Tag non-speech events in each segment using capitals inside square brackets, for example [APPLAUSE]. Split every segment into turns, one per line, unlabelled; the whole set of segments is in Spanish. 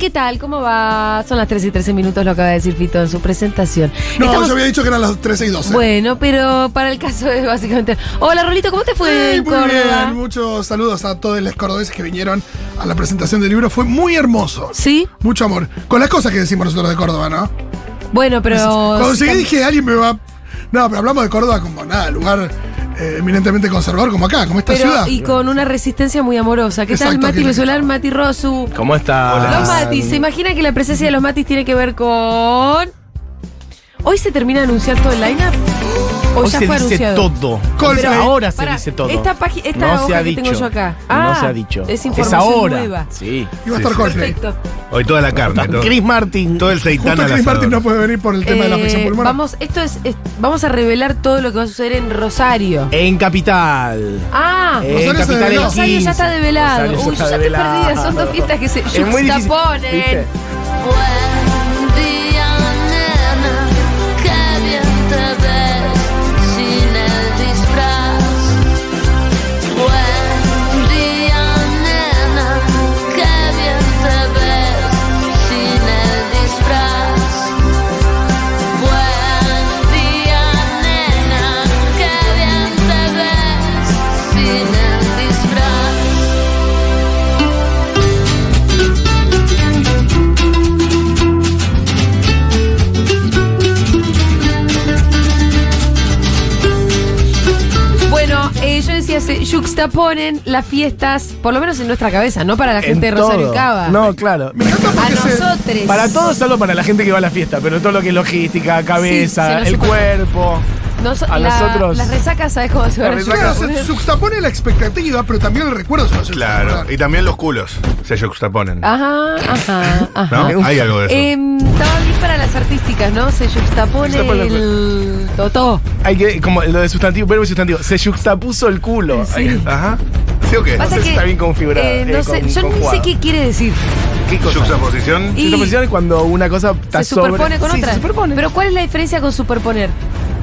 ¿qué tal? ¿Cómo va? Son las 3 y 13 minutos, lo acaba de decir Fito en su presentación.
No,
Estamos-
yo había dicho que eran las 13 y 12.
Bueno, pero para el caso es básicamente. Hola, Rolito, ¿cómo te fue
Sí,
en
muy
Córdoba?
bien. Muchos saludos a todos los cordobeses que vinieron a la presentación del libro. Fue muy hermoso.
Sí,
Mucho amor. Con las cosas que decimos nosotros de Córdoba, ¿no?
bueno, pero.
Cuando llegué dije, alguien me va. No, pero hablamos de Córdoba como nada, lugar eh, eminentemente conservador, como acá, como esta
pero-
ciudad.
y con una resistencia muy amorosa. ¿Qué tal,
Exacto,
Mati
que-
Vesular, Mati Rosu?
¿Cómo está?
Los Matis, ¿se imagina que la presencia de los Matis tiene que ver con. Hoy se termina de anunciar todo el lineup? ¿O
Hoy
ya
se
fue
dice
anunciado?
todo.
Pero-
ahora se
Pará,
dice todo.
Esta, página- esta
no se
hoja
ha
que
dicho.
tengo yo acá.
no
Ah,
se ha dicho.
Es información
ahora.
nueva.
Sí.
Iba a
sí,
estar
sí.
Coldplay.
Perfecto.
Hoy toda la carne. Todo,
Chris Martin.
todo el seitán
Justo
al
Chris Martin no
asador.
puede venir por el tema de la
Eh,
afección pulmonar.
vamos, esto es, es- vamos a revelar todo lo que va a suceder en Rosario.
En Capital.
Ah,
En
Rosario se
Capital
develó.
el
Rosario ya está
15.
develado.
Eh, Rosario
Uy, yo ya estoy
develado.
perdida. Son dos fiestas que se
Es muy difícil, ¿viste?
juxtaponen.
Buen día, nena, qué bien te ves sin el disfraz. Buen día, nena, qué bien te ves sin el disfraz. Buen día, nena, qué bien te ves sin el disfraz.
Bueno, eh, yo decía, se juxtaponen las fiestas, por lo menos en nuestra cabeza, no para la gente de
En
Rosario
todo.
y Cava.
No, claro.
Me encanta
a
porque se-
nosotros.
Para todos, salvo para la gente que va a la fiesta, pero todo lo que es logística,
se
cabeza,
nos
el
superó.
cuerpo.
Nos-
a
la-
nosotros.
Las resacas, ¿sabes cómo se van a
Las
Claro, se
juxtaponer?
juxtapone la expectativa, pero también el recuerdo se va a juxtaponer.
Claro. Y también los culos se
Ah,
juxtaponen.
Ajá, ajá, ajá.
¿No? Hay algo de eso.
Em, estaba bien para las artísticas, ¿no? Se juxtapone
Juxtapone.
el
pues.
totó.
Hay que, como lo de sustantivo, verbo y sustantivo. Se juxtapuso el culo.
Sí.
Hay que-
Ajá. ¿Sí o qué?
Pasa- sé si está bien configurado,
eh, no
eh,
sé,
con-
yo ni sé
conjugado.
qué quiere decir.
¿Qué cosa?
Juxtaposición.
Y-
Juxtaposición es cuando una cosa está
Se superpone
sobre-
con
Sí,
otra.
se superpone.
Pero ¿cuál es la diferencia con superponer?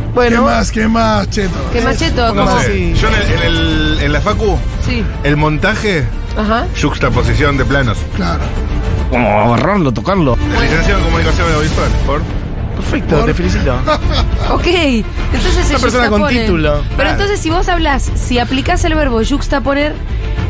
¿Qué
bueno,
más? ¿Qué más, cheto?
Que macheto,
No
como.
¿cómo?
sé.
Sí.
Yo en, el- en el- en la facu,
Sí.
el montaje,
Ajá.
juxtaposición de planos.
Claro.
como agarrarlo, tocarlo.
La licenciado en comunicación audiovisual, por...
Perfecto, te felicito.
Ok. Entonces se
Una persona con
juxtaponen.
título.
Pero
Claro.
entonces, si vos hablas, si aplicás el verbo juxtaponer,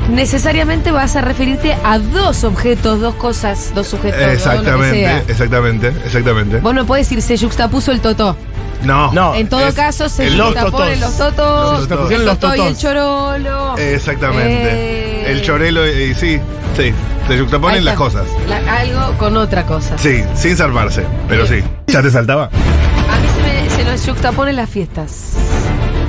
necesariamente vas a referirte a dos objetos, dos cosas, dos sujetos. o lo que sea.
Exactamente, exactamente, exactamente.
Vos no podés decir se juxtapuso el totó.
No.
No.
en todo
es
caso, se
el- los
juxtaponen los
totós.
totos. el
Los totós.
Juxtaposición los
totó y el
totos.
chorolo.
Exactamente.
Eh.
El chorelo, y sí, sí. Se
Ahí
juxtaponen las
está.
cosas.
La- algo con otra cosa.
Sí, sin zarparse, pero sí. ¿Ya te saltaba?
A mí se, me, se nos yuxtaponen las fiestas.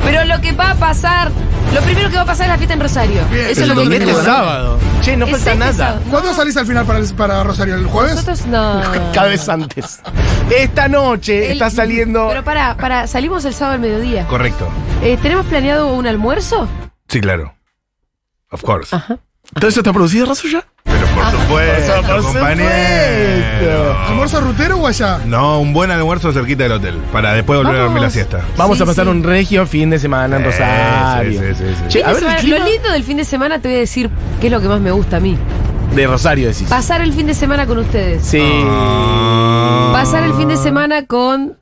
Pero lo que va a pasar, lo primero que va a pasar es la fiesta en Rosario.
Bien,
Eso es
es
lo que
el
quiero
Este
domingo,
saber.
sábado. Che, no
Es
falta
este
nada.
sábado.
¿Cuándo salís al final para, el- para Rosario? ¿El jueves?
Nosotros no.
[LAUGHS] Cada vez antes. Esta noche
El-
está saliendo.
Pero para, para, salimos el sábado al mediodía.
Correcto.
Eh, ¿Tenemos planeado un almuerzo?
Sí, claro. Of course.
Ajá. Ah,
¿Todo eso está producido, Rasuya?
Pero por supuesto,
por
compañero.
supuesto.
¿Almuerzo rutero o allá?
No, un buen almuerzo cerquita del hotel, para después volver a dormir la
Vamos.
siesta.
Vamos
Sí,
a pasar
sí.
un regio fin de semana en
Eh,
Rosario.
sí, sí, sí, sí.
Che, a
Fin de
ver, el
semana-
clima
Este Lo lindo del fin de semana te voy a decir qué es lo que más me gusta a mí.
de Rosario decís.
Pasar el fin de semana con ustedes.
Sí.
Pasar el fin de semana con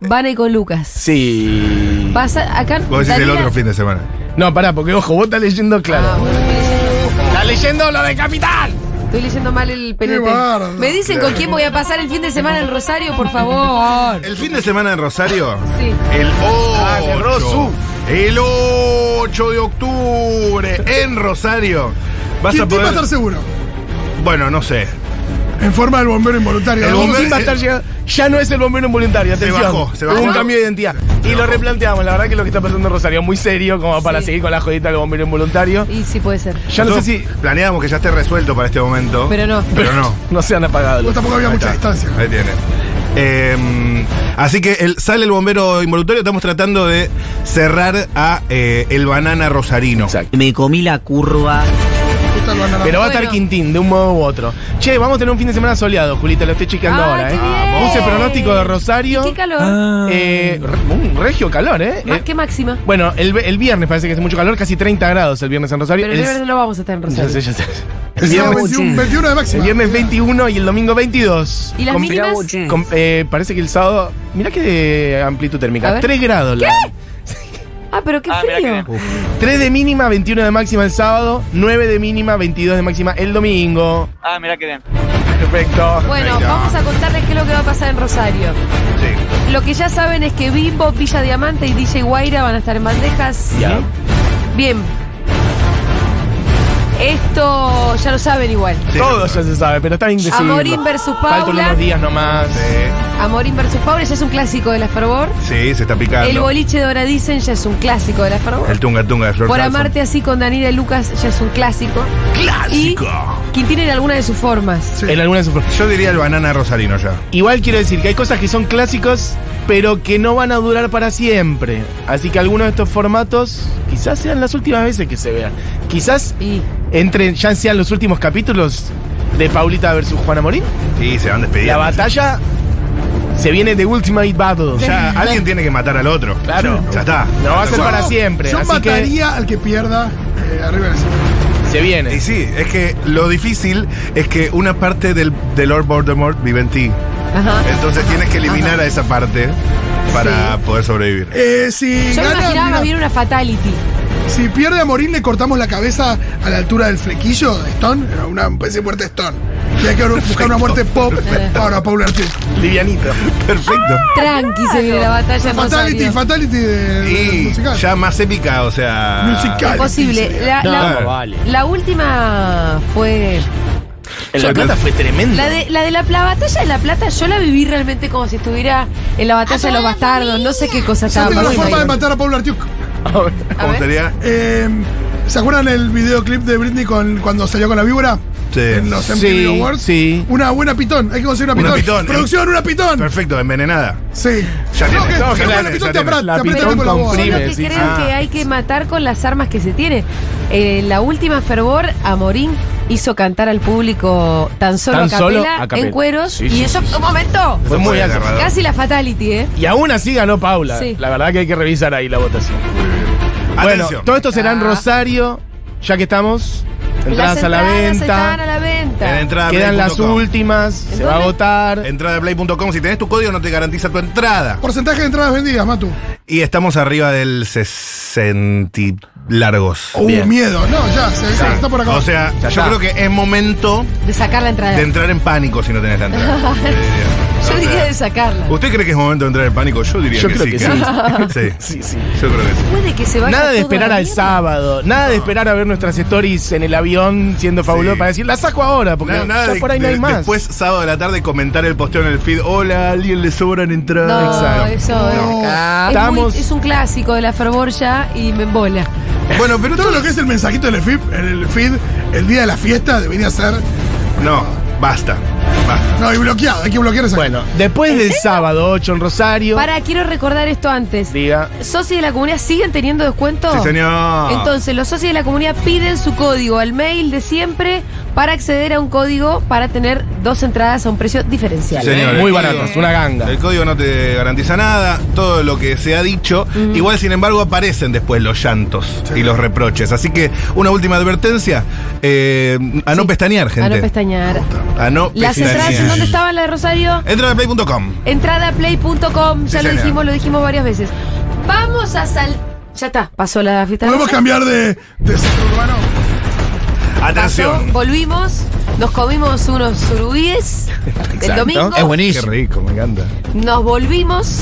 Vana y con Lucas.
Sí.
Pasa, acá.
Vos decís el
Daniela-
otro fin de semana.
No, pará, porque ojo, vos estás leyendo
Ah,
claro.
bueno, estoy leyendo.
Estás leyendo lo de Capital.
Estoy leyendo mal el penete.
bardo.
Me dicen con quién voy a pasar el fin de semana en Rosario, por favor.
El fin de semana en Rosario.
Sí.
El
Dale,
8.
Rosu.
El 8 de octubre en Rosario. Vas a
¿Quién va a
poder.
estar seguro?
Bueno, no sé.
En forma del bombero involuntario.
El
¿no?
bombero-
Agustín va a estar llegando. Ya no es el bombero involuntario,
Se
atención.
bajó, se bajó.
Hubo un cambio de identidad. Y lo replanteamos. La verdad que lo que está pasando en Rosario es muy serio, como para
Sí.
seguir con la jodita del bombero involuntario.
Y sí puede ser.
Ya no sé
Nosotros
si.
Planeábamos que ya esté resuelto para este momento.
Pero no.
Pero no.
No se han apagado.
Vos
los-
tampoco había
Ahí
mucha
está.
distancia.
Ahí tiene. Eh, así que el- sale el bombero involuntario. Estamos tratando de cerrar a eh, el banana rosarino.
Exacto.
Me comí la curva.
Justo lo van a dar.
Pero va a estar
Bueno.
Quintín, de un modo u otro. Che, vamos a tener un fin de semana soleado, Julita, lo estoy chequeando
Ah,
ahora,
qué
¿eh?
bien.
Puse pronóstico de Rosario.
¿Qué calor?
Eh, re- un regio calor, ¿eh?
Más
Eh,
que máxima.
Bueno, el, ve- el viernes parece que hace mucho calor, casi 30 grados el viernes en Rosario.
Pero el
El-
viernes no vamos a estar en
Ya sé,
Rosario.
ya sé.
Es el día
Viernes-
21, 21 de máxima.
El viernes 21 y el domingo 22.
¿Y las
Con-
mínimas?
con- eh, parece que el sábado. Mirá que de amplitud
A
térmica.
ver.
3 grados. la-
Ah, pero qué
Ah, mirá
frío.
que-
3 de mínima, 21 de máxima el sábado. 9 de mínima, 22 de máxima el domingo.
Ah, mirá que bien.
Perfecto.
Bueno,
Venga.
vamos a contarles qué es lo que va a pasar en Rosario.
Sí.
Lo que ya saben es que Bimbo, Villa Diamante y DJ Guaira van a estar en bandejas.
Ya.
Bien. Esto ya lo saben igual.
Sí,
Todo ya se sabe, pero está bien decirlo.
Amorín versus
Faltan
Paula.
unos días nomás.
Sí,
Amorín versus Paula ya es un clásico de la fervor.
eh, sí, se está picando.
El boliche de Hora Dicen ya es un clásico de la fervor.
El tunga tunga de Flor
Por
Carlson.
amarte así con Daniela Lucas ya es un clásico.
¡Clásico!
Y Quintín en alguna de sus formas.
Sí.
En alguna de sus-
Yo diría el banana rosarino ya.
Igual quiero decir que hay cosas que son clásicos, pero que no van a durar para siempre. Así que algunos de estos formatos quizás sean las últimas veces que se vean. Quizás
Y
entren, ya sean los últimos capítulos de Paulita versus Juana Morín.
Sí, se van
La
despidiendo.
batalla se viene de Ultimate Battle.
Ya, alguien tiene que matar al otro.
Claro.
Ya está.
No va a ser
Yo-
para siempre.
Yo
así
mataría al que pierda eh, arriba de
que se viene.
Y sí, es que lo difícil es que una parte del, de Lord Voldemort vive en ti.
Ajá.
Entonces tienes que eliminar a esa parte para poder sobrevivir.
Eh, si,
Yo me
gana,
imaginaba más
mira,
bien una fatality.
si pierde a Morín, le cortamos la cabeza a la altura del flequillo de Stone. Era Una especie de muerte Stone. Y hay que buscar una
[LAUGHS]
muerte pop para Paula Artiz.
Livianito.
Perfecto.
Ah.
Tranqui se viene la batalla en
Fatality,
Rosario.
fatality de, del
Y
musical.
ya más épica, o sea.
Musical.
Imposible. La, la-
No,
vale.
la última fue.
En La Plata fue tremendo.
La de, la de la, la batalla de La Plata, yo la viví realmente como si estuviera en la batalla de los bastardos. No sé qué cosa
Yo
estaba
tengo la
pasando.
forma de
ahí.
matar a Paula Artiz.
A
¿Cómo
ver.
sería?
Eh, ¿Se acuerdan el videoclip de Britney con, cuando salió con la víbora?
Sí.
En los MTV
Sí,
Awards.
sí.
Una buena pitón. Hay que conseguir una
Una
pitón.
pitón.
Producción, una pitón.
Perfecto, envenenada.
Sí.
Ya
No,
tiene,
que-
no,
que
ya
la
tiene,
pitón
ya
te
tiene.
apra-
La
te aprieta
pitón
con la
con
boca.
Yo
prime.
lo que
sí.
creo
Ah.
que hay que matar con las armas que se tiene. En la última fervor, Amorín hizo cantar al público tan solo,
Tan
a, capela,
solo a capela.
en cueros.
Sí,
y
sí,
eso,
sí, sí.
un momento,
Fue muy
Fue
alto.
agarrador.
casi la fatality, ¿eh?
[LAUGHS] Y aún así ganó Paula.
Sí.
La verdad que hay que revisar ahí la votación. Bueno,
Atención.
todo esto será en
Ah.
Rosario, ya que estamos. Entradas,
Las
a la
entradas
venta.
están a la venta.
En entrada
Quedan las
play.com.
últimas. Se va a
dónde?
votar.
Entradaplay.com. Si tenés tu código, no te garantiza tu entrada.
Porcentaje de entradas vendidas, Matu.
Y estamos arriba del 60 y largos.
Oh,
Uh, miedo. No, ya, se, se está por acá.
O sea, yo
está.
creo que es momento
De sacar la entrada.
de entrar en pánico si no tenés la entrada. Yo diría.
Ah. [LAUGHS] Yo
O
diría
sea,
de sacarla.
¿Usted cree que es momento de entrar en pánico? Yo diría
Yo
que,
creo
sí,
que
sí.
[LAUGHS] Sí, sí.
Yo creo que sí.
Puede que se vaya
Nada de
todo a
esperar
la
al
mierda.
sábado, nada de esperar a ver nuestras stories en el avión siendo fabuloso
Sí.
para decir, la saco ahora, porque
Nada, nada
ya
de-
por ahí no
de-
hay más.
Después, sábado de la tarde, comentar el posteo en el feed. Hola, a alguien le sobran
No,
entradas.
eso eh.
No.
es. Es, muy-
Estamos-
es un clásico de la fervor ya y me embola.
bueno, pero todo lo que es el mensajito del feed, en el feed, el día de la fiesta debería ser.
No, basta. Basta.
No, y bloqueado. Hay que bloquear esa.
Bueno, después del sábado 8 en Rosario,
Para, quiero recordar esto antes.
diga,
¿Socios de la comunidad siguen teniendo descuento?
Sí, señor.
Entonces, los socios de la comunidad piden su código al mail de siempre para acceder a un código para tener dos entradas a un precio diferencial.
Sí, señor.
muy
El
baratos,
código-
una ganga.
El código no te garantiza nada, todo lo que se ha dicho. Igual, sin embargo, aparecen después los llantos y los reproches. Así que, una última advertencia: eh, a no
Sí.
pestañear,
A
gente.
no pestañear.
A no
¿Las entradas en dónde estaban las de Rosario?
Entra a play.com.
Entradaplay.com, ya
Sí,
lo
señor.
dijimos, lo dijimos varias veces. Vamos a sal... Ya está, pasó la fiesta. de
Podemos
Rosario.
cambiar de, de centro urbano.
Pasó,
Atención.
volvimos, nos comimos unos surubíes el domingo.
Es buenísimo. Qué rico, me encanta.
Nos volvimos.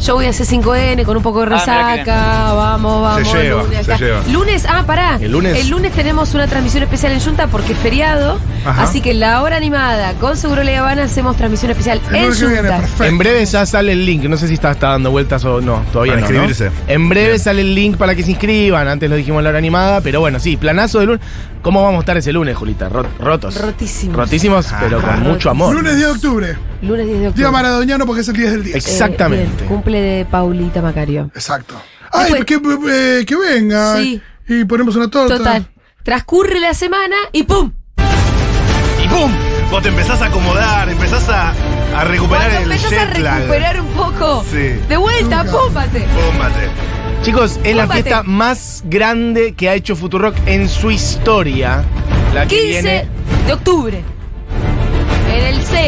Yo voy a C5N con un poco de
Ah, mirá que bien.
resaca. vamos, vamos.
Se lleva,
lunes,
se
acá.
lleva.
Lunes, ah, pará.
El lunes.
tenemos una transmisión especial en Junta porque es feriado.
Ajá.
Así que en la hora animada con Seguro Le Habana hacemos transmisión especial
El
en
lunes que viene,
Junta.
En
perfecto.
breve ya sale el link. No sé si está, está dando vueltas o no. Todavía
Para
no, ¿no.
inscribirse.
En breve sale el link para que se inscriban. Antes lo dijimos en la hora animada, pero bueno, sí, planazo de lunes. ¿Cómo vamos a estar ese lunes, Julita? Ro- rotos.
Rotísimos.
Rotísimos, pero con
Ajá.
mucho amor.
Lunes 10 de octubre.
Lunes 10 de octubre.
Día Maradoniano porque es el 10 del 10.
Eh,
Exactamente.
bien, cumple de Paulita Macario.
Exacto. Ay,
Después-
que, eh, que venga.
pues Sí.
Y ponemos una torta.
Total. Transcurre la semana y ¡pum!
Y ¡pum! Vos te empezás a acomodar, empezás a, a recuperar
Cuando
el
empezás a
jet lag.
recuperar un poco,
Sí.
de vuelta,
Nunca.
pómpate.
Pómbate.
Chicos, es la
Cúpate.
fiesta más grande que ha hecho Futurock en su historia. La que
15
viene.
de octubre. En el C,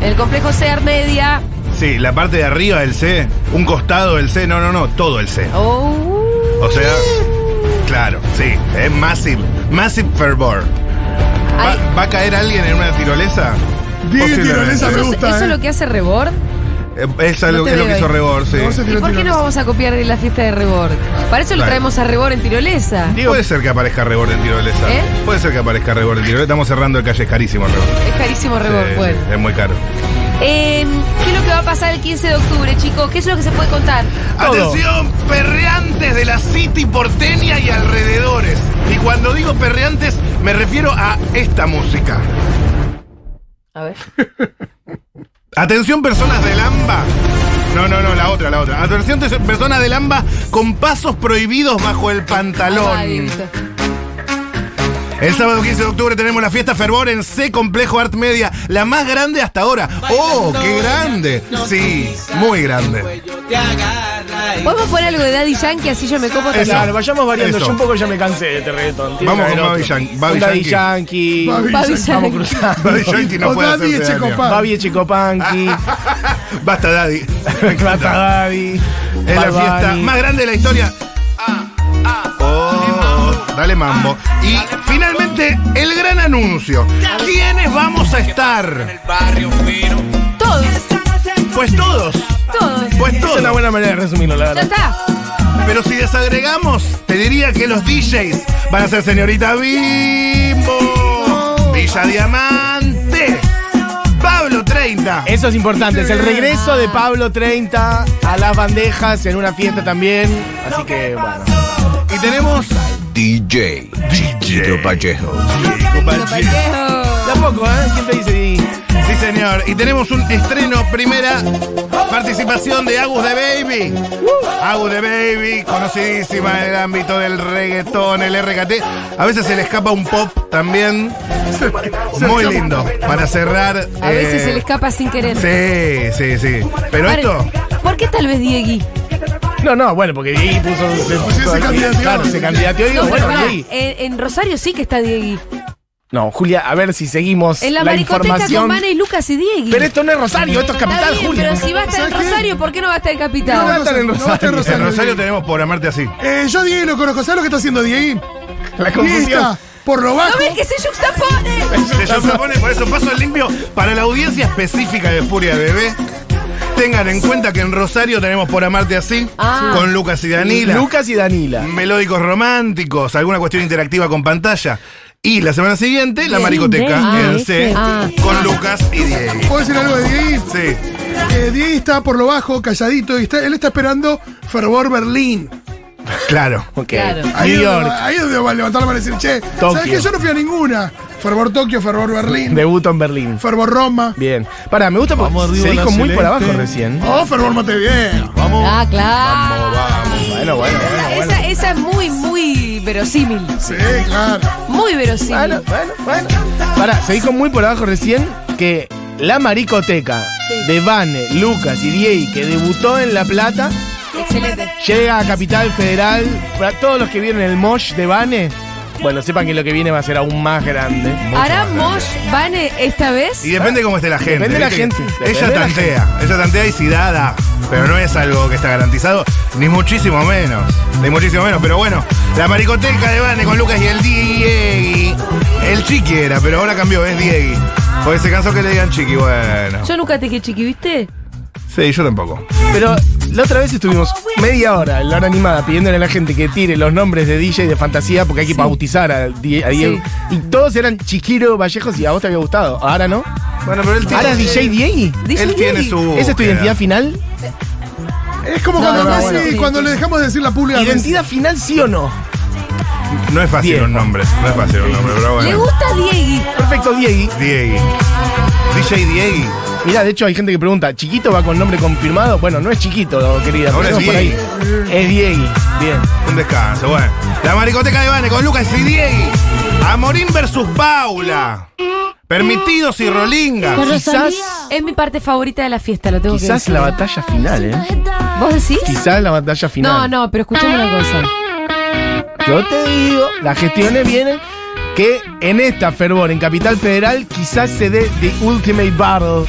en el complejo C Armedia.
Sí, la parte de arriba del C, un costado del C, no, no, no, todo el C.
Oh.
O sea, claro, sí, es Massive, Massive Fervor. ¿Va,
Ay,
va a caer alguien en una tirolesa?
Bien,
Posiblemente.
tirolesa, me
¿Eso,
gusta,
eso
eh.
es lo que hace Rebord?
Eh, Es, algo-
te
es lo
veo
que hizo
ahí.
Rebor, sí.
No se
¿Y
tiró
por qué no
tirolesa.
vamos a copiar de la fiesta de Rebord? Para eso lo
Claro.
traemos a Rebord en tirolesa.
Puede ser que aparezca Rebor en tirolesa.
¿Eh?
Puede ser que aparezca Rebor en tirolesa. Estamos cerrando el calle, es carísimo Rebor.
Es carísimo Rebord,
Sí,
bueno.
sí, Es muy caro.
Eh, ¿Qué es lo que va a pasar el 15 de octubre, chicos? ¿Qué es lo que se puede contar?
Todo.
Atención, perreantes de la City porteña y alrededores. Y cuando digo perreantes, me refiero a esta música.
A ver.
Atención, personas del AMBA. No, no, no, la otra, la otra. Atención, te- personas del AMBA con pasos prohibidos bajo el pantalón.
Ah, Dieguito.
El sábado 15 de octubre tenemos la fiesta Fervor en C Complejo Art Media, la más grande hasta ahora. ¡Oh, qué grande! Sí, muy grande. [LAUGHS]
¿Podemos poner algo de Daddy Yankee así yo me copo
Eso.
también?
Claro, vayamos variando.
Eso.
Yo un poco ya me cansé de este reggaetón. Tiene
Vamos
que haber
con Babi
otro.
Yan- Babi
Un Daddy Yankee.
Yankee.
Babi
Babi
Vamos
Yankee.
cruzando.
Daddy Yankee no
O
puede
Daddy
hacerse daño.
Echecopa.
Babi Echecopanqui.
[LAUGHS] Basta, Daddy. Me encanta.
Plata Babi.
Es la
Bad
fiesta
Bunny.
más grande de la historia. Ah, Oh, dale mambo. Y finalmente, el gran anuncio. ¿Quiénes vamos a estar?
Todos,
Pues todos.
todos.
Pues
Es una
todos.
buena manera de resumirlo, la
Ya
verdad.
está.
Pero si desagregamos, te diría que los DJs van a ser señorita Bimbo, Villa Diamante, Pablo 30.
Eso es importante. Es el regreso de Pablo 30 a las bandejas en una fiesta también. Así que, bueno.
Y tenemos
DJ Tito
DJ.
Vallejo.
Tampoco, ¿eh? ¿Quién te dice? Didi?
Sí, señor. Y tenemos un estreno, primera participación de Agus de Baby. Agus de Baby, conocidísima en el ámbito del reggaetón, el RKT. A veces se le escapa un pop también. Muy lindo. Para cerrar.
A veces
eh,
se le escapa sin querer.
Sí, sí, sí. Pero
Paren,
esto.
¿Por qué tal vez Diegui?
No, no, bueno, porque Didi puso. Se,
se candidateó.
Claro, se candidateó y digo,
No, pero
bueno,
pará, eh,
Didi.
en, en Rosario sí que está Diegui.
No, Julia, a ver si seguimos
En la,
la
maricoteca con
información.
Mana y Lucas y Diegui.
Pero esto no es Rosario, esto es
Está
Capital,
bien,
Julia.
Pero si va a estar en
¿Sabes qué?
Rosario, ¿por qué no va a estar en Capital?
No,
va a estar en
no va a estar en
Rosario.
En
Rosario.
Rosario tenemos por amarte así.
Eh, yo a Diego lo conozco. ¿Sabes lo que está haciendo Diego?
La
Diego
confusión.
está por lo bajo.
¿No ves que se juxtapone?
Se yo propone por eso paso limpio para la audiencia específica de Furia Bebé. Tengan en cuenta que en Rosario tenemos por amarte así
Ah.
con Lucas y Danila.
Lucas y Danila.
melódicos románticos, alguna cuestión interactiva con pantalla. Y la semana siguiente, la maricoteca
Ah,
en
este.
C
Ah.
con Lucas y Diego.
¿Puedo decir algo de Diego?
Sí.
Eh, Diego está por lo bajo, calladito. Y está, él está esperando Fervor Berlín.
Claro.
Ok.
Claro.
New
es donde
York.
va- ahí es donde va a levantar la mano y decir, che,
Tokio.
¿sabes que yo no fui a ninguna? Fervor Tokio, Fervor Berlín,
Debuto en Berlín.
Fervor Roma.
Bien. Para, me gusta
Vamos
porque
arriba,
se dijo muy
la
por abajo
celeste.
recién.
Oh, Fervor Montevideo.
Vamos.
Ah, claro.
Bueno, bueno, bueno.
Esa- Esa, esa es muy, muy verosímil.
Sí, claro.
Muy verosímil.
Bueno, bueno, bueno. Para, se dijo muy por abajo recién que la maricoteca
Sí.
de Vane, Lucas y Diego, que debutó en La Plata,
Excelente.
llega a Capital Federal. Para todos los que vieron el Mosh de Vane, bueno, sepan que lo que viene va a ser aún más grande.
¿Hará Mosh Vane esta vez?
Y depende cómo esté la gente.
Depende de la
¿viste?
gente. Depende
Ella
de la
tantea. Ella tantea y si da, da. Pero no es algo que está garantizado, ni muchísimo menos. Ni muchísimo menos. Pero bueno, la maricoteca de Vane con Lucas y el Diegui. El Chiqui era, pero ahora cambió, es Diegui. Porque se cansó que le digan Chiqui, bueno.
Yo nunca te dije chiqui, ¿viste?
Sí, yo tampoco.
Pero la otra vez estuvimos media hora en la hora animada pidiéndole a la gente que tire los nombres de DJ de fantasía porque hay que bautizar a, Die- a Diego. Y todos eran Chiquiro Vallejos y a vos te había gustado. Ahora no.
Bueno, pero él tiene.
Ahora es DJ Diego.
DJ
Él tiene
Diego.
su.
¿Esa es tu
búsqueda.
identidad final?
Es como
No,
cuando
no, no,
Messi,
bueno.
cuando le dejamos de decir la pulga. a Messi.
¿Identidad final sí o no?
No es fácil
Bien.
un nombre, no es fácil un nombre, pero
¿Le
bueno.
gusta Diegui?
Perfecto, Diego.
Diegui. DJ Diegui.
Mirá, de hecho hay gente que pregunta, ¿Chiquito va con nombre confirmado? Bueno, no es Chiquito, querida.
Ahora
pero
es
por ahí. Es Diego. Bien.
Un descanso, bueno. La maricoteca de Vane con Lucas y Diegui. Amorín versus Paula. Permitidos y Rolinga.
Quizás,
Es mi parte favorita de la fiesta, lo tengo
quizás
que
la
decir.
batalla final, ¿eh?
¿Vos decís?
Quizás la batalla final.
No, no, pero escuchame una cosa.
Yo te digo, las gestiones vienen. que en esta fervor en Capital Federal quizás se dé The Ultimate Battle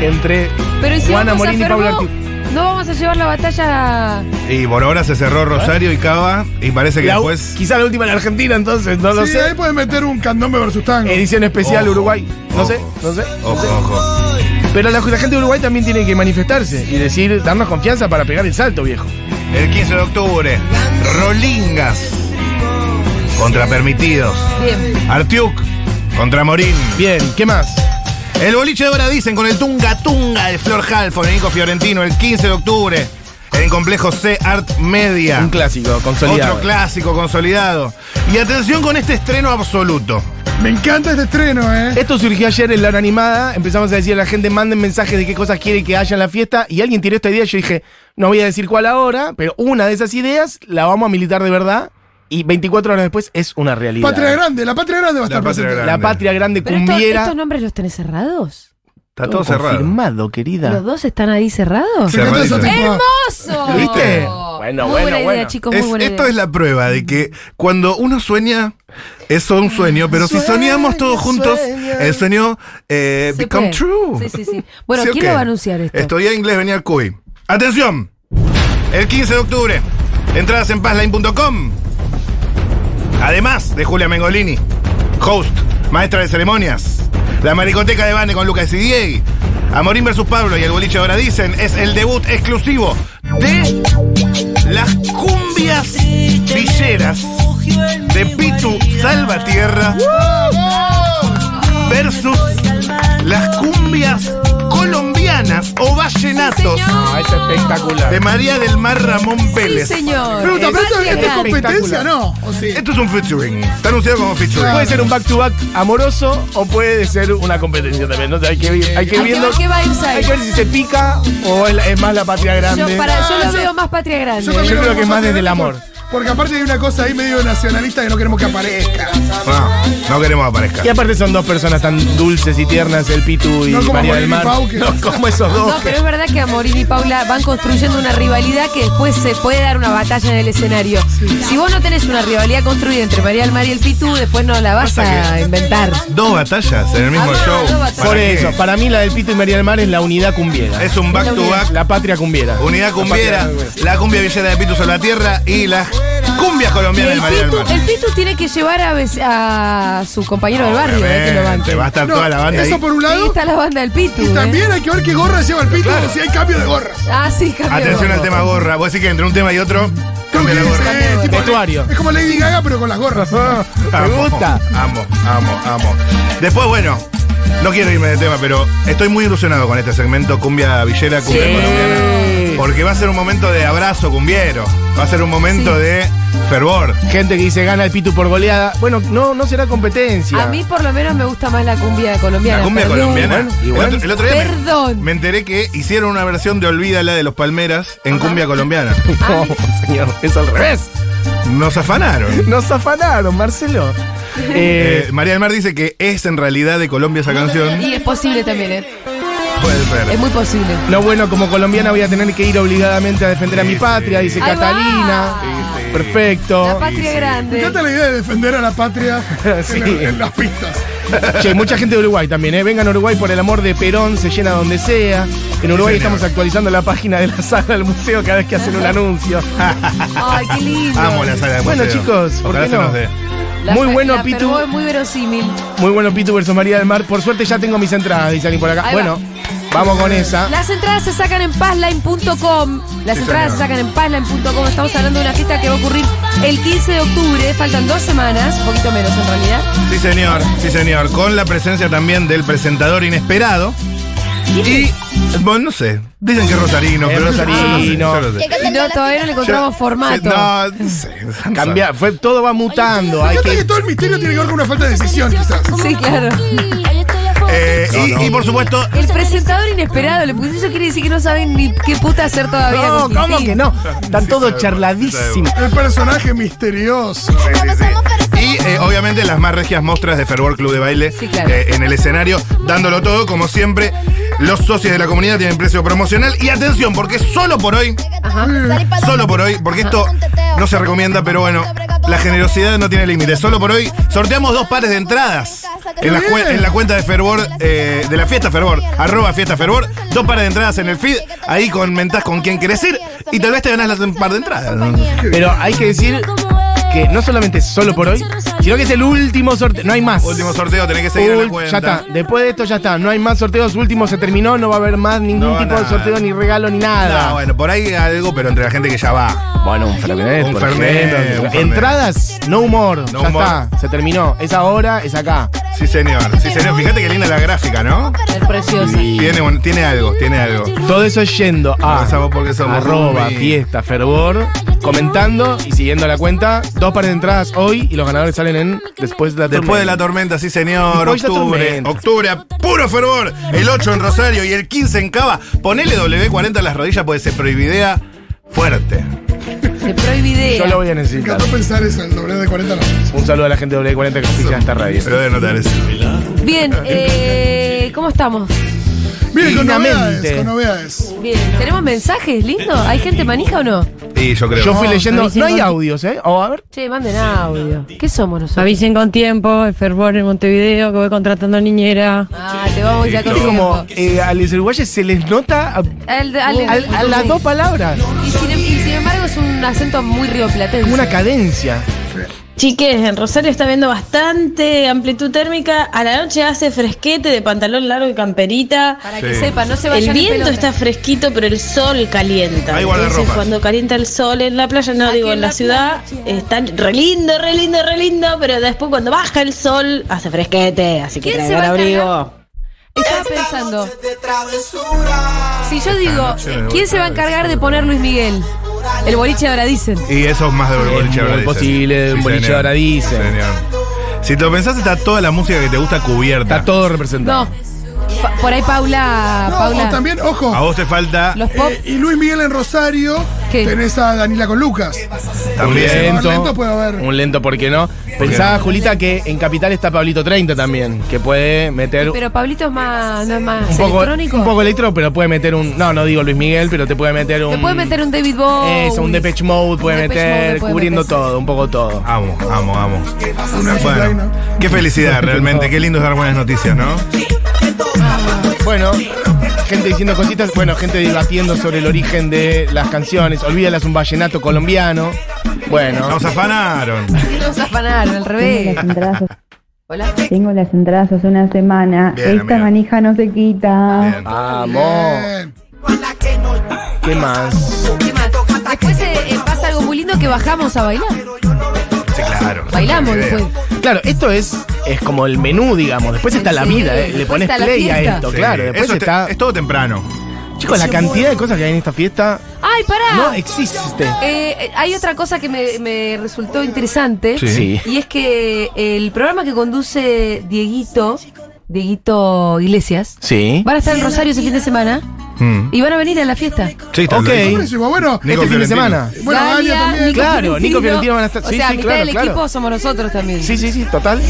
entre
Pero ¿y si
Juana
vamos
Morín
a
y Paula
Fermo,
Ortiz.
no vamos a llevar la batalla. a-
Y por ahora se cerró Rosario y Cava y parece que
La u-
después...
Quizás la última en Argentina, entonces, no lo
sí,
sé.
ahí pueden meter un candombe versus tango.
Edición especial
Ojo,
Uruguay. No sé,
ojo.
no sé.
Ojo, ojo.
Pero la, la gente de Uruguay también tiene que manifestarse y decir, darnos confianza para pegar el salto, viejo.
El 15 de octubre, Rolingas contra Permitidos.
Bien.
Artiuk contra Morín.
Bien, ¿qué más?
El boliche de ahora dicen con el Tunga Tunga de Flor Halfon y Nico Fiorentino el 15 de octubre en el complejo C Art Media.
Un clásico, consolidado.
Ah. Otro clásico consolidado. Y atención con este estreno absoluto.
Me encanta este estreno, ¿eh?
Esto surgió ayer en la hora animada. Empezamos a decir a la gente, manden mensajes de qué cosas quiere que haya en la fiesta. Y alguien tiró esta idea. Yo dije, no voy a decir cuál ahora, pero una de esas ideas la vamos a militar de verdad. Y 24 horas después es una realidad.
Patria Grande, la Patria Grande va a
La
estar
Patria
presente.
Grande.
La patria grande
Pero esto-
cumbiera.
estos nombres los tenés cerrados.
Está todo cerrado.
confirmado, querida.
¿Los dos están ahí cerrados?
Me encanta eso,
Cerradito.
tipo,
¡Hermoso!
¿Viste? Bueno,
muy
bueno,
buena idea,
bueno.
chicos, muy
Es-
buena
esto
idea.
es la prueba de que cuando uno sueña, es un sueño, pero si soñamos todos juntos, el sueño eh,
Se
become
puede.
true.
Sí, sí, sí. Bueno,
¿Sí o
¿quién
qué?
lo va a anunciar esto?
Estudié inglés, venía al CUI. ¡Atención! El 15 de octubre, entradas en pazline.com. Además de Julia Mengolini, host, maestra de ceremonias. La maricoteca de Bane con Lucas y Diego. Amorín versus Pablo y el boliche ahora dicen es el debut exclusivo de las cumbias villeras de Pitu Salvatierra versus las cumbias colombianas o vallenatos
Ah, es espectacular.
de María del Mar Ramón
Sí,
Pérez.
señor.
Pregunta, pero esto-
Patria
esto es
Grande.
competencia, ¿no? O sí.
Esto es un featuring. Está anunciado como featuring.
Puede ser un back-to-back amoroso o puede ser una competencia también. ¿no? Hay que, ir- hay que ir
Hay que
viendo.
ver qué vibes hay.
Hay que ver si se pica o es, la- es más la patria grande.
Yo, para, yo
Ah,
lo veo más patria grande.
también
creo
lo
que
vamos
más
a hacer
desde el
esto,
amor.
Porque aparte hay una cosa ahí medio nacionalista que no queremos que aparezca.
No, Ah, no queremos aparezca.
Y aparte son dos personas tan dulces y tiernas, el Pitu y
No como
María del
Morín y
Mar.
Pau, que-
[LAUGHS] No como esos dos.
No, pero es verdad que Amorín y Paula van construyendo una rivalidad que después se puede dar una batalla en el escenario. Si vos no tenés una rivalidad construida entre María del Mar y el Pitu, después no la vas
Pasa
a inventar.
Dos batallas en el mismo
Ah, no,
show.
dos batallas.
¿Para
Por
qué?
eso, para mí la del Pitu y María del Mar es la unidad cumbiera.
Es un back to back.
La patria cumbiera.
Unidad
La
cumbiera,
patria cumbiera.
la cumbia villera de Pitu Salvatierra y las cumbias
Y
colombianas de
el,
María del
Pitu,
Mar.
el Pitu tiene que llevar a, bes- a su compañero del barrio, eh, que lo
Obviamente,
banque.
va a estar
No,
toda la banda
eso
ahí.
por un
Ahí
lado.
está la banda del Pitu.
Y
eh.
también hay que ver qué gorra lleva el pito, si hay cambio de gorra.
Ah, sí, cambió.
Atención al tema gorra. Vos decís que entre un tema y otro,
Creo que
cambia la
es,
gorra.
eh, tipo-
Vestuario.
es como Lady Gaga, pero con las gorras.
Me gusta.
Amo, amo, amo. Después, bueno, no quiero irme de tema, pero estoy muy ilusionado con este segmento cumbia villera, cumbia
Sí.
colombiana. Porque va a ser un momento de abrazo cumbiero. Va a ser un momento
Sí.
de fervor.
Gente que dice gana el Pitu por goleada. Bueno, no, no será competencia.
A mí por lo menos me gusta más la cumbia colombiana.
La cumbia
perdón.
colombiana.
Bueno,
el,
igual.
otro, el otro día me-
Perdón.
Me, enteré que hicieron una versión de Olvídala de los Palmeras en cumbia colombiana.
No, señor, es al revés.
Nos
[LAUGHS]
afanaron.
Nos afanaron, Marcelo. Eh,
Eh, María del Mar dice que es en realidad de Colombia esa canción.
Y es posible también, ¿eh?
Puede
Es
ser.
muy posible.
no, bueno, como colombiana voy a tener que ir obligadamente a defender a mi
Sí,
patria,
sí.
dice
Ahí va.
Catalina.
Sí, sí.
La
Perfecto.
patria
Me encanta
grande.
la idea de defender a la patria en
[LAUGHS] Sí.
la- en, las pistas.
Che, mucha gente de Uruguay también, ¿eh? Vengan a Uruguay por el amor de Perón, se llena donde sea. En Uruguay
señor.
estamos actualizando la página de la sala del museo cada vez que hacen un anuncio.
Ay, qué lindo.
Amo la sala de
Bueno,
museo.
chicos, ¿por
Ojalá
qué
se
no?
nos dé.
La
Muy
fe-
bueno,
la
Pitu.
fervor es muy verosímil.
Muy bueno, Pitu versus María del Mar. Por suerte ya tengo mis entradas, dicen por acá.
Ahí va.
bueno, vamos con esa.
Las entradas se sacan en pazline.com. Las
Sí,
entradas
señor.
se sacan en pazline.com. Estamos hablando de una fiesta que va a ocurrir el 15 de octubre. Faltan dos semanas, un poquito menos en realidad.
Sí, señor, sí, señor. Con la presencia también del presentador inesperado. Y, bueno, no sé. Dicen que es Rosarino,
Es
pero
Rosarino.
Yo no sé.
Y no, todavía no le encontramos formato.
No, no sé.
Cambia, fue, todo va mutando.
Me
Hay
encanta
que
que todo el misterio tiene que ver con una falta de decisión, quizás.
Sí, claro.
Eh, y, y, por supuesto,
El presentador inesperado, le puse eso quiere decir que no saben ni qué puta hacer todavía.
No,
con
¿cómo
Quintín.
que no? Están todos charladísimos.
El personaje misterioso.
y eh, obviamente las más regias mostras de Fervor Club de Baile
Sí, claro.
eh, en el escenario, dándolo todo, como siempre. Los socios de la comunidad tienen precio promocional. Y atención, porque solo por hoy, solo por hoy, porque esto no se recomienda, pero bueno, la generosidad no tiene límites. Solo por hoy sorteamos dos pares de entradas en la, cuen- en la cuenta de Fervor, eh, de la fiesta Fervor, arroba fiesta Fervor. Dos pares de entradas en el feed. Ahí comentás con quién querés ir y tal vez te ganás las un par de entradas. ¿no?
Pero hay que decir que no solamente es solo por hoy, sino que es el último sorteo. No hay más.
Último sorteo, tenés que seguir en la
Ul-
cuenta.
ya está, después de esto ya está. No hay más sorteos, último se terminó, no va a haber más ningún
No,
tipo de
nada.
sorteo, ni regalo, ni
No,
nada.
bueno, por ahí algo, pero entre la gente que ya va.
bueno, un Fernet.
Un
por
Fernet,
ejemplo.
un Fernet.
Entradas, no humor.
No
ya
humor.
está, se terminó. Es ahora, es acá.
Sí, señor. Sí, señor. Fíjate qué linda la gráfica, ¿no?
Es preciosa.
Tiene, un- tiene algo, tiene algo.
Todo eso es yendo a
No sabemos por qué somos
arroba,
Rumi.
fiesta, fervor, comentando y siguiendo la cuenta. Dos pares de entradas hoy y los ganadores salen en después de la
Después de la
tormenta.
tormenta, sí, señor.
Después de la
Octubre.
tormenta.
Octubre, a puro fervor. El 8 en Rosario y el 15 en Cava. Ponele W40 a las rodillas porque se prohibidea fuerte.
Se prohibide.
Yo lo voy a
Me
necesitar.
encantó pensar eso, el doble de 40 no.
Un saludo a la gente de W40 que oficia esta radio.
Pero voy a notar eso.
[LAUGHS]
Bien, eh, ¿cómo estamos?
Miren, con
Dignamente.
novedades, con novedades.
Bien. ¿Tenemos mensajes? ¿Lindo? ¿Hay gente manija o no?
Y yo creo.
Yo fui leyendo.
avisen
No hay
con-
audios, ¿eh? O a ver.
Che, manden audio. ¿Qué somos nosotros?
Avisen con tiempo, el fervor en Montevideo, que voy contratando niñera.
Ah, te vamos ya con
Es como
tiempo.
eh, a los uruguayos se les nota a,
Al- al-
a- a las dos palabras.
Y sin, em, y sin embargo es un acento muy rioplatense.
Como una cadencia.
Chiques, en Rosario está viendo bastante amplitud térmica. A la noche hace fresquete de pantalón largo y camperita.
Para que
Sí.
sepan, no se vayan
El
en
viento
pelota.
está fresquito, pero el sol calienta.
Hay
Entonces,
guardarropas.
cuando calienta el sol en la playa, no
Aquí
digo
en
en la,
la
ciudad, está re lindo, re lindo, re lindo, pero después cuando baja el sol, hace fresquete, así que
¿Quién
traigo
se
el
va a
abrigo.
encargar? Estaba pensando. Si yo digo,
noche de
¿quién se va a encargar de poner Luis Miguel? El boliche ahora dicen.
Y eso es más de
Es
boliche
muy
ahora dicen.
posible, de un boliche
señor.
ahora dicen.
Sí, señor. Si te lo pensás, está toda la música que te gusta cubierta.
Está todo
No.
representado.
Pa- por ahí Paula.
No,
Paula.
o también,
A
ojo,
vos te falta.
Los pop.
eh, y Luis Miguel en Rosario,
¿Qué?
tenés a Danila con Lucas.
También.
Lento. Lento puede haber.
Un lento, ¿por qué no? Pensaba, Julita, que en Capital está Pablito 30 también, que puede meter
Pero Pablito es más. No es más
un poco,
electrónico.
un poco electro, pero puede meter un. No, no digo Luis Miguel, pero te puede meter un.
Te puede meter un David Bowie.
Eh, Eso, un Depeche Mode, puede
Depeche Mode
meter,
puede
cubriendo
meter.
todo, un poco todo.
Amo, amo, amo.
Una
Bueno,
bueno.
qué felicidad realmente, qué lindo es dar buenas noticias, ¿no?
Bueno, gente diciendo cositas, bueno, gente debatiendo sobre el origen de las canciones. Olvídalas un vallenato colombiano. Bueno,
Nos afanaron.
Nos afanaron, al
[LAUGHS]
revés.
Tengo las entradas,
Hola.
tengo las entradas hace una semana.
Bien,
Esta
amiga.
manija no se quita.
Bien.
Ah,
vamos.
Bien.
¿Qué más?
¿Qué más? Después eh, eh, pasa algo muy lindo que bajamos a bailar.
Sí, claro.
Bailamos
Idea.
después.
Claro, esto es, es como el menú, digamos. Después está la
Sí,
vida, eh. le
después
pones
está la
play a
fiesta.
esto,
Sí,
claro. Después
eso es te-
está.
Es todo temprano.
Chicos, la cantidad de cosas que hay en esta fiesta
¡Ay, pará!
no existe.
Eh, eh, hay otra cosa que me, me resultó interesante.
Sí.
Y es que el programa que conduce Dieguito, Dieguito Iglesias,
Sí.
van a estar en Rosario ese fin de semana
Mm.
y van a venir a la fiesta.
Sí, está
Ok.
bien.
Buenísimo, bueno.
Nico
este fin de
Fiorentino.
semana.
Bueno, Galia también.
Nico
Claro, Nico Fiorentino van a estar-
O
sí,
sea,
sí,
mitad
claro,
del
claro.
equipo somos nosotros también.
Sí, sí, sí, total.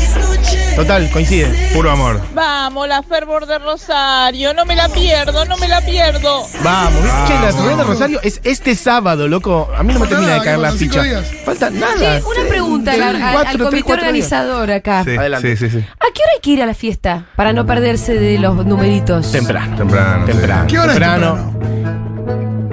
Total, coincide.
Puro amor.
Vamos, la fervor de Rosario, no me la pierdo, no me la pierdo.
Vamos. Che, la
Vamos.
tormenta de Rosario es este sábado, loco. A mí no me
Falta
termina de
Ah. nada,
caer la
como cinco
ficha.
días.
Falta
Che,
nada.
una pregunta
Sí,
al- al- al
cuatro, tres,
comité
cuatro días.
organizador acá.
Sí,
Adelante.
sí, sí, sí.
¿A qué hora hay que ir a la fiesta para no perderse de los numeritos?
Temprano.
Temprano, sí.
Temprano.
¿Qué hora es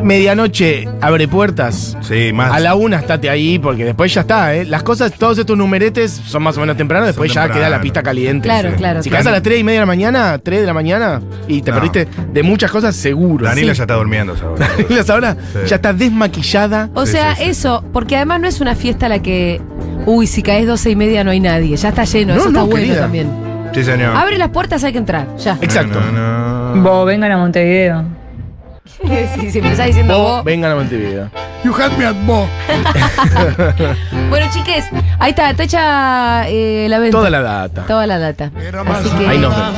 Medianoche abre puertas.
Sí, más.
A la una estate ahí, porque después ya está, ¿eh? Las cosas, todos estos numeretes son más o menos temprano, después ya
temprano.
queda la pista caliente.
Claro, claro,
Si
claro.
quedas a las tres y media de la mañana, 3 de la mañana, y te
No.
perdiste de muchas cosas, seguro.
Danila
Sí. [LAUGHS]
ya está durmiendo, ¿sabes?
Danila ahora
Sí.
ya está desmaquillada.
O
Sí,
sea,
sí, sí.
eso, porque además no es una fiesta a la que, uy, si caes doce y media no hay nadie, ya está lleno,
No,
eso
no,
está bueno
querida. Ah. Eh.
también.
Sí, señor.
Abre las puertas, hay que entrar, ya.
Exacto.
No, no, no.
Vos, vengan a Montevideo.
[LAUGHS] sí, sí, me está diciendo
O
vos.
vengan a Montevideo.
You had me at bo.
Bueno, chiques, ahí está, está hecha eh, la venta.
Toda la data.
Toda la data.
Era más.
Así que
Ahí nos vemos.